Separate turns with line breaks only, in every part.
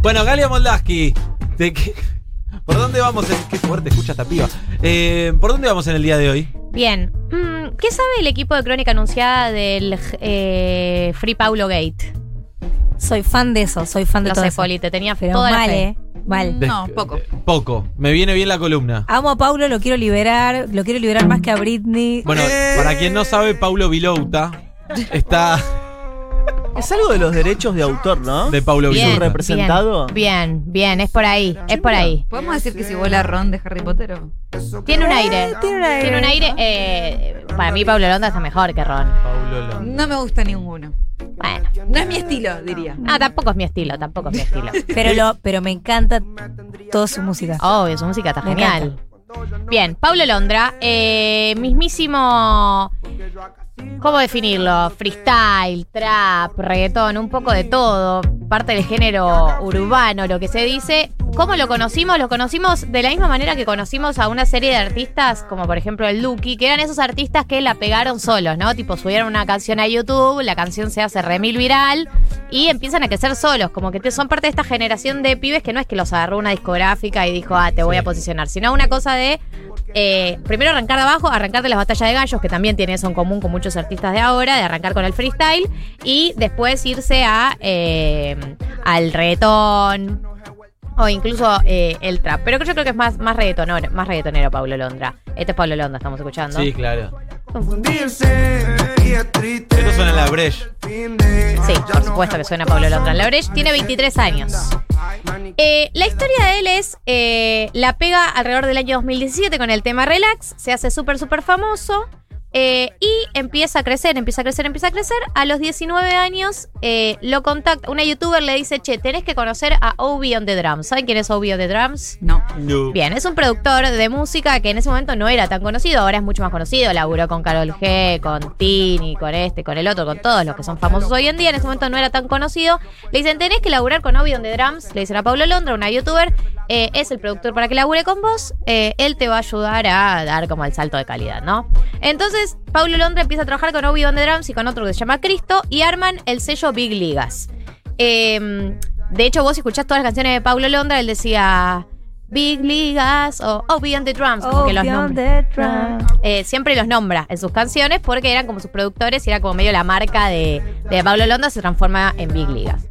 Bueno, Galia Moldaski, ¿de qué- ¿por dónde vamos? en- qué fuerte, escucha esta piba. Eh, ¿Por dónde vamos en el día de hoy?
Bien. Mm, ¿Qué sabe el equipo de crónica anunciada del eh, Free Paulo Gate?
Soy fan de eso, soy fan de
Lo
todo
sé,
eso.
Poli, te tenía
Pero
toda la
mal,
fe.
eh, mal.
Des- eh,
No, poco.
Poco, me viene bien la columna.
Amo a Paulo, lo quiero liberar, lo quiero liberar más que a Britney.
Bueno,
Eh.
para quien no sabe, Paulo Vilouta está
Es algo de los derechos de autor, ¿no?
de Paulo
Bien,
Vilouta.
¿Subrepresentado?
Bien, bien, es por ahí, es por ahí.
¿Podemos decir que si vuela Ron de Harry Potter o?
Tiene un aire.
Eh, tiene un aire.
Tiene un aire, eh, para mí Paulo Londa está mejor que Ron.
Paulo Londa.
No me gusta ninguno.
Bueno.
No es mi estilo, diría.
Ah, tampoco es mi estilo, tampoco es mi estilo.
eh,
Pero, lo, pero me encanta toda su música.
Obvio, su música está
Me
genial. Bien, Paulo Londra, eh, mismísimo. ¿Cómo definirlo? Freestyle, trap, reggaetón, un poco de todo. Parte del género urbano, lo que se dice. ¿Cómo lo conocimos? Lo conocimos de la misma manera que conocimos a una serie de artistas, como por ejemplo el Duki, que eran esos artistas que la pegaron solos, ¿no? Tipo, subieron una canción a YouTube, la canción se hace remil viral y empiezan a crecer solos, como que te- son parte de esta generación de pibes que no es que los agarró una discográfica y dijo, ah, te voy a posicionar, sino una cosa de eh, primero arrancar de abajo, arrancar de las batallas de gallos, que también tiene eso en común con muchos artistas de ahora, de arrancar con el freestyle, y después irse a eh, al reggaetón o incluso eh, el trap. Pero yo creo que es más, más reggaetonero, más reggaetonero Pablo Londra. Este es Pablo Londra, estamos escuchando.
Sí, claro.
Confundirse y es triste.
Esto suena en la Breche.
Ah,
Sí, por supuesto que suena Pablo Londra. La Breche tiene 23 años. Eh, la historia de él es, eh, la pega alrededor del año 2017 con el tema Relax, se hace súper, súper famoso eh, y empieza a crecer, empieza a crecer, empieza a crecer. A los 19 años eh, lo contacta, una youtuber le dice, che, tenés que conocer a Obi on the Drums. ¿Saben quién es Obi on the Drums?
No.
No.
Bien, es un productor de música que en ese momento no era tan conocido, ahora es mucho más conocido. Laburó con Carol G, con Tini, con este, con el otro, con todos los que son famosos hoy en día. En ese momento no era tan conocido. Le dicen, tenés que laburar con Obi on the Drums. Le dicen a Pablo Londra, una youtuber, eh, es el productor para que labure con vos. eh, él te va a ayudar a dar como el salto de calidad, ¿no? Entonces, Pablo Londra empieza a trabajar con Obi on the Drums y con otro que se llama Cristo y arman el sello Big Ligas. Eh, de hecho, vos escuchás todas las canciones de Pablo Londra, él decía Big Ligas o Oh Beyond the Drums, como
Oh,
que los
beyond
nombra.
the trap.
Eh, siempre los nombra en sus canciones porque eran como sus productores y era como medio la marca de, de Pablo Londra se transforma en Big Ligas.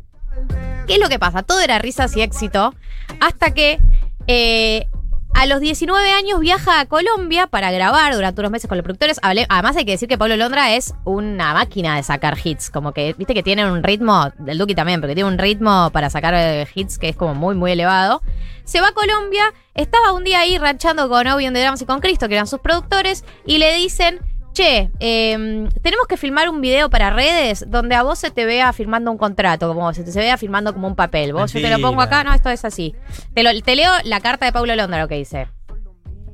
¿Qué es lo que pasa? Todo era risas y éxito hasta que eh, a los 19 años viaja a Colombia para grabar durante unos meses con los productores. Hablé- además hay que decir que Pablo Londra es una máquina de sacar hits, como que, viste que tiene un ritmo, el Duki también, porque tiene un ritmo para sacar eh, hits que es como muy, muy elevado. Se va a Colombia, estaba un día ahí ranchando con Obi on the Drums y con Cristo, que eran sus productores, y le dicen, che, eh, tenemos que filmar un video para redes donde a vos se te vea firmando un contrato, como se te se vea firmando como un papel. Vos, yo te lo pongo
Mentira.
acá, no, esto es así. Te, lo- te leo la carta de Paulo Londra, lo que dice.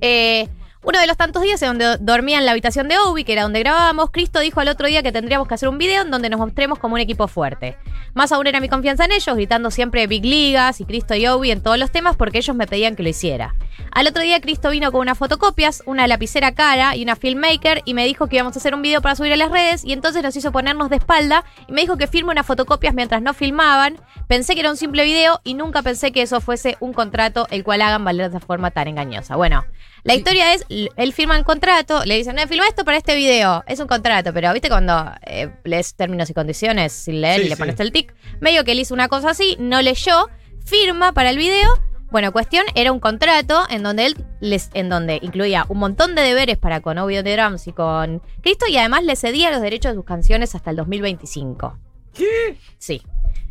Eh, uno de los tantos días en donde dormía en la habitación de Obi, que era donde grabábamos, Cristo dijo al otro día que tendríamos que hacer un video en donde nos mostremos como un equipo fuerte. Más aún era mi confianza en ellos, gritando siempre Big Ligas y Cristo y Obi en todos los temas porque ellos me pedían que lo hiciera. Al otro día Cristo vino con unas fotocopias, una lapicera cara y una filmmaker y me dijo que íbamos a hacer un video para subir a las redes y entonces nos hizo ponernos de espalda y me dijo que firme unas fotocopias mientras no filmaban. Pensé que era un simple video y nunca pensé que eso fuese un contrato el cual hagan valer de esa forma tan engañosa. Bueno, la historia es, l- él firma un contrato, le dicen, no, firma esto para este video. Es un contrato, pero viste cuando eh, lees términos y condiciones sin leer
Sí,
y le
sí.
pones el tic, medio que él hizo una cosa así, no leyó, firma para el video. Bueno, cuestión, era un contrato en donde él les, en donde incluía un montón de deberes para con Obvio de Drums y con Cristo y además le cedía los derechos de sus canciones hasta el 2025. ¿Qué? Sí.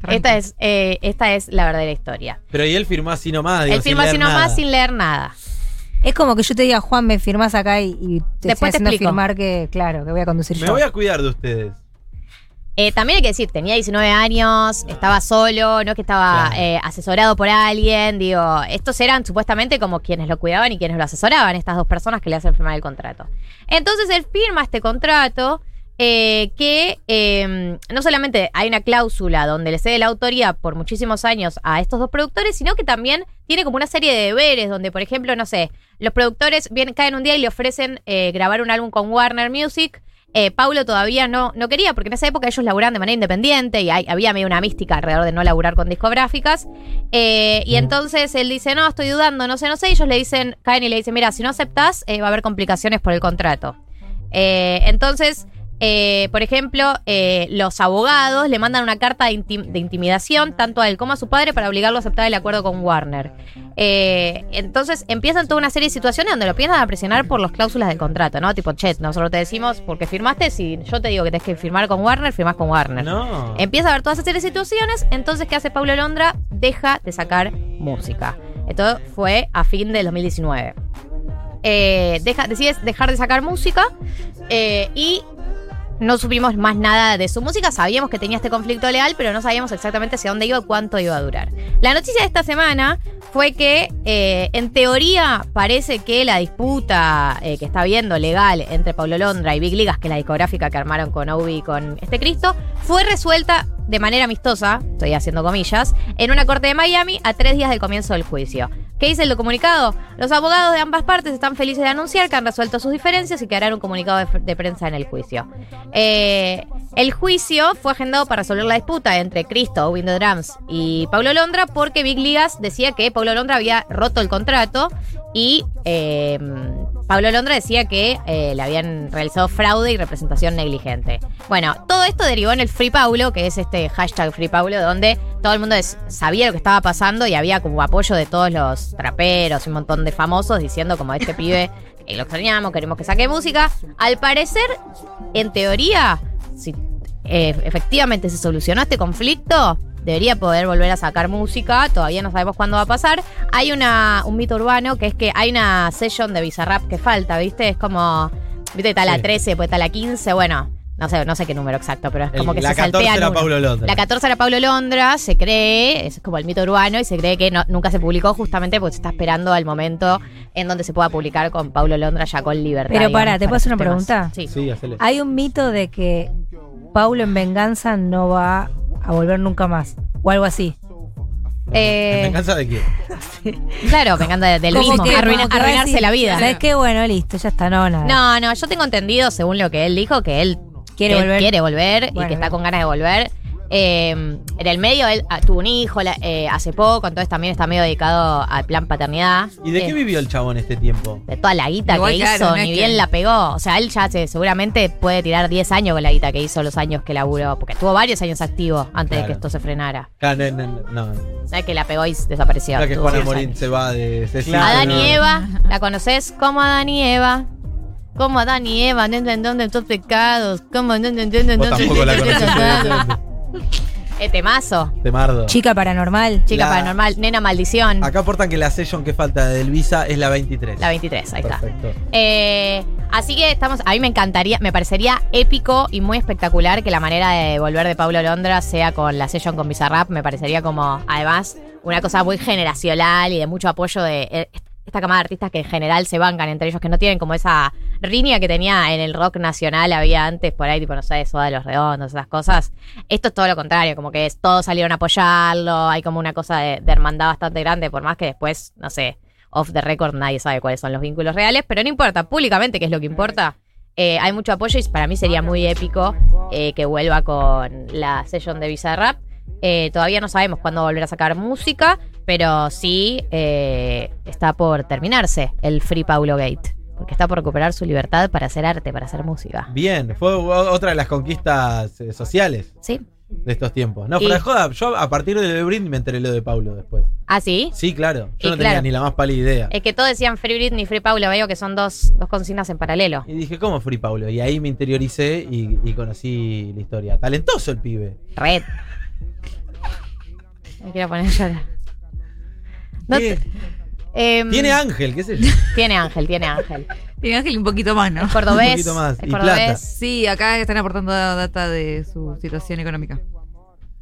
Esta es, eh, esta es la verdadera historia.
Pero y él firmó así nomás, digo,
él firma
sin
así
leer nada.
nomás sin leer nada.
Es como que yo te diga, Juan, me firmás acá y, y te
Después te
estoy haciendo
explico.
firmar que, claro, que voy a conducir
Me
yo.
voy a cuidar de ustedes.
Eh, también hay que decir, tenía 19 años, estaba solo, no es que estaba
Claro.
eh, asesorado por alguien. Digo, estos eran supuestamente como quienes lo cuidaban y quienes lo asesoraban, estas dos personas que le hacen firmar el contrato. Entonces él firma este contrato eh, que eh, no solamente hay una cláusula donde le cede la autoría por muchísimos años a estos dos productores, sino que también tiene como una serie de deberes donde, por ejemplo, no sé, los productores vienen, caen un día y le ofrecen eh, grabar un álbum con Warner Music. Eh, Paulo todavía no, no quería, porque en esa época ellos laburaban de manera independiente y hay- había medio una mística alrededor de no laburar con discográficas. Eh, y entonces él dice, no, estoy dudando, no sé, no sé. Y ellos le dicen, caen y le dicen, mira, si no aceptás, eh, va a haber complicaciones por el contrato. Eh, entonces, eh, por ejemplo, eh, los abogados le mandan una carta de, intim- de intimidación tanto a él como a su padre para obligarlo a aceptar el acuerdo con Warner. Eh, entonces empiezan toda una serie de situaciones donde lo empiezan a presionar por las cláusulas del contrato, ¿no? Tipo, che, nosotros te decimos porque firmaste, si yo te digo que tenés que firmar con Warner, firmás con Warner.
No.
Empieza a haber todas esa serie de situaciones, entonces ¿qué hace Pablo Londra? Deja de sacar música. Esto fue a fin del 2019. Eh, deja, decides dejar de sacar música eh, y no supimos más nada de su música. Sabíamos que tenía este conflicto leal, pero no sabíamos exactamente hacia dónde iba y cuánto iba a durar. La noticia de esta semana fue que, eh, en teoría, parece que la disputa eh, que está habiendo legal entre Pablo Londra y Big Ligas, que es la discográfica que armaron con Obi y con este Cristo, fue resuelta de manera amistosa, estoy haciendo comillas, en una corte de Miami a tres días del comienzo del juicio. ¿Qué dice el comunicado? Los abogados de ambas partes están felices de anunciar que han resuelto sus diferencias y que harán un comunicado de, de prensa en el juicio. Eh, el juicio fue agendado para resolver la disputa entre Cristo, Window Drums y Pablo Londra porque Big Ligas decía que Pablo Londra había roto el contrato y eh, Pablo Londra decía que eh, le habían realizado fraude y representación negligente. Bueno, todo esto derivó en el Free Paulo, que es este hashtag Free Paulo, donde todo el mundo es- sabía lo que estaba pasando y había como apoyo de todos los traperos y un montón de famosos diciendo como este pibe eh, lo extrañamos, queremos que saque música. Al parecer, en teoría, si eh, efectivamente se solucionó este conflicto, debería poder volver a sacar música. Todavía no sabemos cuándo va a pasar. Hay una, un mito urbano que es que hay una session de Bizarrap que falta, ¿viste? Es como. ¿Viste? Está la
Sí.
13, pues está la 15, bueno. No sé, no sé qué número exacto, pero es como
El-
que
la
se
14
saltean
era
uno.
Paulo Londra.
La 14 era Pablo Londra, se cree, es como el mito urbano, y se cree que no- nunca se publicó justamente porque se está esperando al momento en donde se pueda publicar con Pablo Londra ya con libertad.
Pero
digamos,
pará, ¿te puedo hacer una
sus temas.
pregunta?
Sí.
Sí, hacele.
Hay un mito de que Paulo en venganza no va a volver nunca más. O algo así.
¿Me
Eh,
encanta de quién?
claro, me encanta del
Como
mismo,
que-
arruina-
como que va a
arruinarse
decir,
la vida.
¿Sabes qué? Bueno, listo, ya está, no, nada.
No, no, yo tengo entendido, según lo que él dijo, que él
Quiere
él
volver.
quiere volver y
Bueno.
que está con ganas de volver. Eh, en el medio, él ah, tuvo un hijo la- eh, hace poco, entonces también está medio dedicado al plan paternidad.
¿Y de
Eh,
qué vivió el chabón este tiempo?
de toda la guita
Igual,
que
claro,
hizo,
no es
ni
que-
bien la pegó. O sea, él ya se, seguramente puede tirar 10 años con la guita que hizo los años que laburó, porque estuvo varios años activo antes de
Claro.
que esto se frenara.
Claro, no, no, no. no.
No es que la pegó y desapareció.
Ahora que
estuvo
Juana
varios
Morín
años.
se va de Cecilia.
Adán
no, no.
y Eva, ¿la conoces? ¿Cómo Adán y Eva? ¿Cómo Adán y Eva? No entienden dónde tus pecados. ¿Cómo no entienden
Vos
dónde
tampoco la conoces.
Este mazo.
Te mardo.
Chica paranormal.
Chica
La-
paranormal, nena maldición.
Acá aportan que la session que falta de Elvisa es la 23.
La 23, ahí está.
Perfecto.
Eh, así que estamos, a mí me encantaría, me parecería épico y muy espectacular que la manera de volver de Pablo Londra sea con la session con Bizarrap. Me parecería como, además, una cosa muy generacional y de mucho apoyo de eh, esta camada de artistas que en general se bancan entre ellos, que no tienen como esa riña que tenía en el rock nacional, había antes por ahí, tipo, no sé, Soda de los Redondos, esas cosas. Esto es todo lo contrario, como que es- todos salieron a apoyarlo, hay como una cosa de, de hermandad bastante grande, por más que después, no sé, off the record nadie sabe cuáles son los vínculos reales, pero no importa, públicamente, que es lo que importa, eh, hay mucho apoyo y para mí sería muy épico eh, que vuelva con la sesión de Bizarrap. Eh, todavía no sabemos cuándo volverá a sacar música, pero sí eh, está por terminarse el Free Paulo Gate, porque está por recuperar su libertad para hacer arte, para hacer música.
Bien, fue o- otra de las conquistas eh, sociales
¿Sí?
de estos tiempos. No,
Y-
fuera de joda, yo a partir de Britney me enteré lo de Paulo después.
¿Ah, sí?
Sí, claro. Yo
Y
no tenía
claro.
ni la más pálida idea.
Es que todos decían Free Britney y Free Paulo, veo que son dos, dos consignas en paralelo.
Y dije, ¿cómo Free Paulo? Y ahí me interioricé y, y conocí la historia. Talentoso el pibe.
Red. Me quiero poner a llorar. No
Tiene-
Em,
Tiene ángel, qué sé yo.
tiene Ángel, tiene Ángel.
Tiene Ángel un poquito más, ¿no?
Es cordobés.
Un poquito más,
es
y
cordobés.
Sí, acá están aportando data de su situación económica.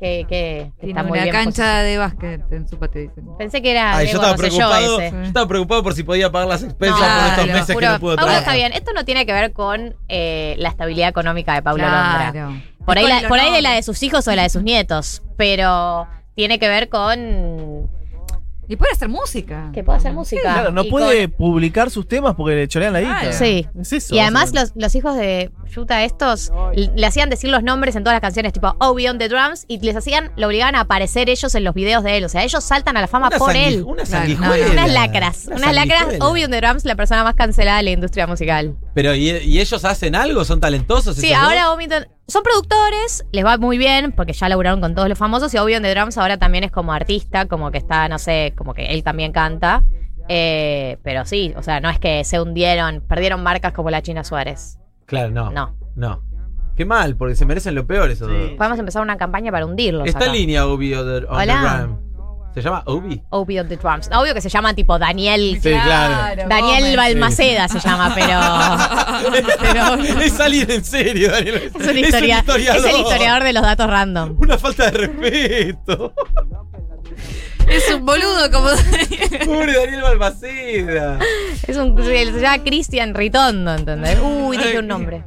Que, que
Tiene
está muy
una
bien.
cancha
posicionado.
de básquet en su patio, dicen.
Pensé que era
Ay,
Diego,
yo estaba
no sé
preocupado.
yo ese.
yo estaba preocupado por si podía pagar las expensas
No,
por estos
claro,
meses que
juro,
no pudo
Paulo
trabajar.
está bien. Esto no tiene que ver con eh, la estabilidad económica de Paulo Londra.
Claro.
Por ahí,
Con
la,
el
por ahí
honor.
de la de sus hijos o de la de sus nietos. Pero tiene que ver con
Y puede hacer música.
Que puede hacer música.
Claro, no
Y
puede publicar sus temas porque le chorean la guita.
Claro.
Sí.
Es eso,
Y además
básicamente.
los, los hijos de Yuta estos l- le hacían decir los nombres en todas las canciones, tipo Oh Beyond the Drums, y les hacían, lo obligaban a aparecer ellos en los videos de él. O sea, ellos saltan a la fama
Una
por
sanguij-
él.
Una
Claro, no, no,
sanguijuela.
Unas lacras. Unas, lacras.
sanguijuela.
Oh Beyond the Drums, la persona más cancelada de la industria musical.
Pero, ¿y, y ellos hacen algo? ¿Son talentosos?
Sí,
esos dos?
ahora Oh Beyond the- Son productores, les va muy bien, porque ya laburaron con todos los famosos, y Oh Beyond the Drums ahora también es como artista, como que está, no sé, como que él también canta. Eh, pero sí, o sea, no es que se hundieron, perdieron marcas como la China Suárez.
Claro, no. No.
No.
Qué mal, porque se merecen lo peor esos dos.
Podemos empezar una campaña para hundirlos.
Está en
acá.
línea Obi on the, on the
Hola.
Run. ¿Se llama Obi?
Oh, Beyond the Drums. Obvio que se llama tipo Daniel.
Sí, claro.
Daniel Balmaceda se llama, pero.
es alguien en serio, Daniel.
Es, un historia- es el historiador de los datos random.
Una falta de respeto.
Es un boludo como.
Pobre Daniel Balmaceda.
Es un, se se llama Cristian Ritondo, ¿entendés? Uy, dije un nombre.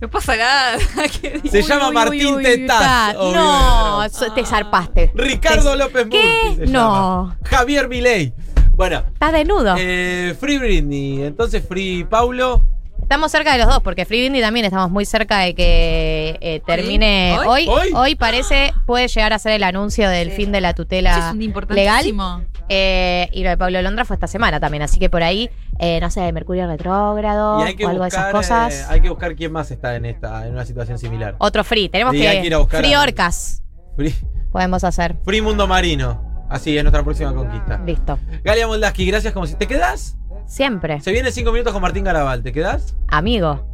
no pasa nada.
Se llama Martín Tetaz.
Tetaz.
Obi
No,
on the Run.
so- te zarpaste.
Ricardo López Murphy.
¿Qué?
se
No.
llama. Javier Milei. Bueno,
Estás desnudo.
eh, Free Britney. Entonces, Free Paulo.
Estamos cerca de los dos, porque Free Britney también estamos muy cerca de que eh, termine
¿Hoy?
hoy.
¿Hoy?
Hoy, parece, puede llegar a ser el anuncio del fin de la tutela
es un
legal.
importantísimo.
Eh, y lo de Pablo Londra fue esta semana también, así que por ahí, eh, no sé, Mercurio retrógrado
Y
o
hay que,
Oh, algo de esas
buscar,
cosas.
eh, hay que buscar quién más está en esta, en una situación similar.
Otro free, tenemos
Sí, hay
que.
que ir a buscar
free
a-
orcas
Free,
podemos hacer.
Free Mundo Marino. Así es nuestra próxima conquista.
Listo.
Galia Moldaski, gracias como si. ¿Te quedás?
Siempre.
Se viene cinco minutos con Martín Garabal. ¿Te quedás?
Amigo.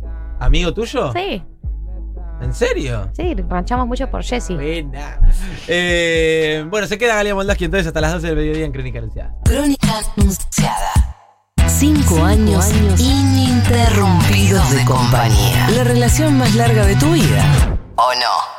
¿Amigo tuyo?
Sí,
¿En serio?
sí, ranchamos mucho por Jessy.
Buena. Eh, bueno, se queda Galia Moldaski entonces hasta las 12 del mediodía en Crónica Anunciada.
Crónica anunciada. Cinco, años, ininterrumpidos de compañía. La relación más larga de tu vida. ¿O no?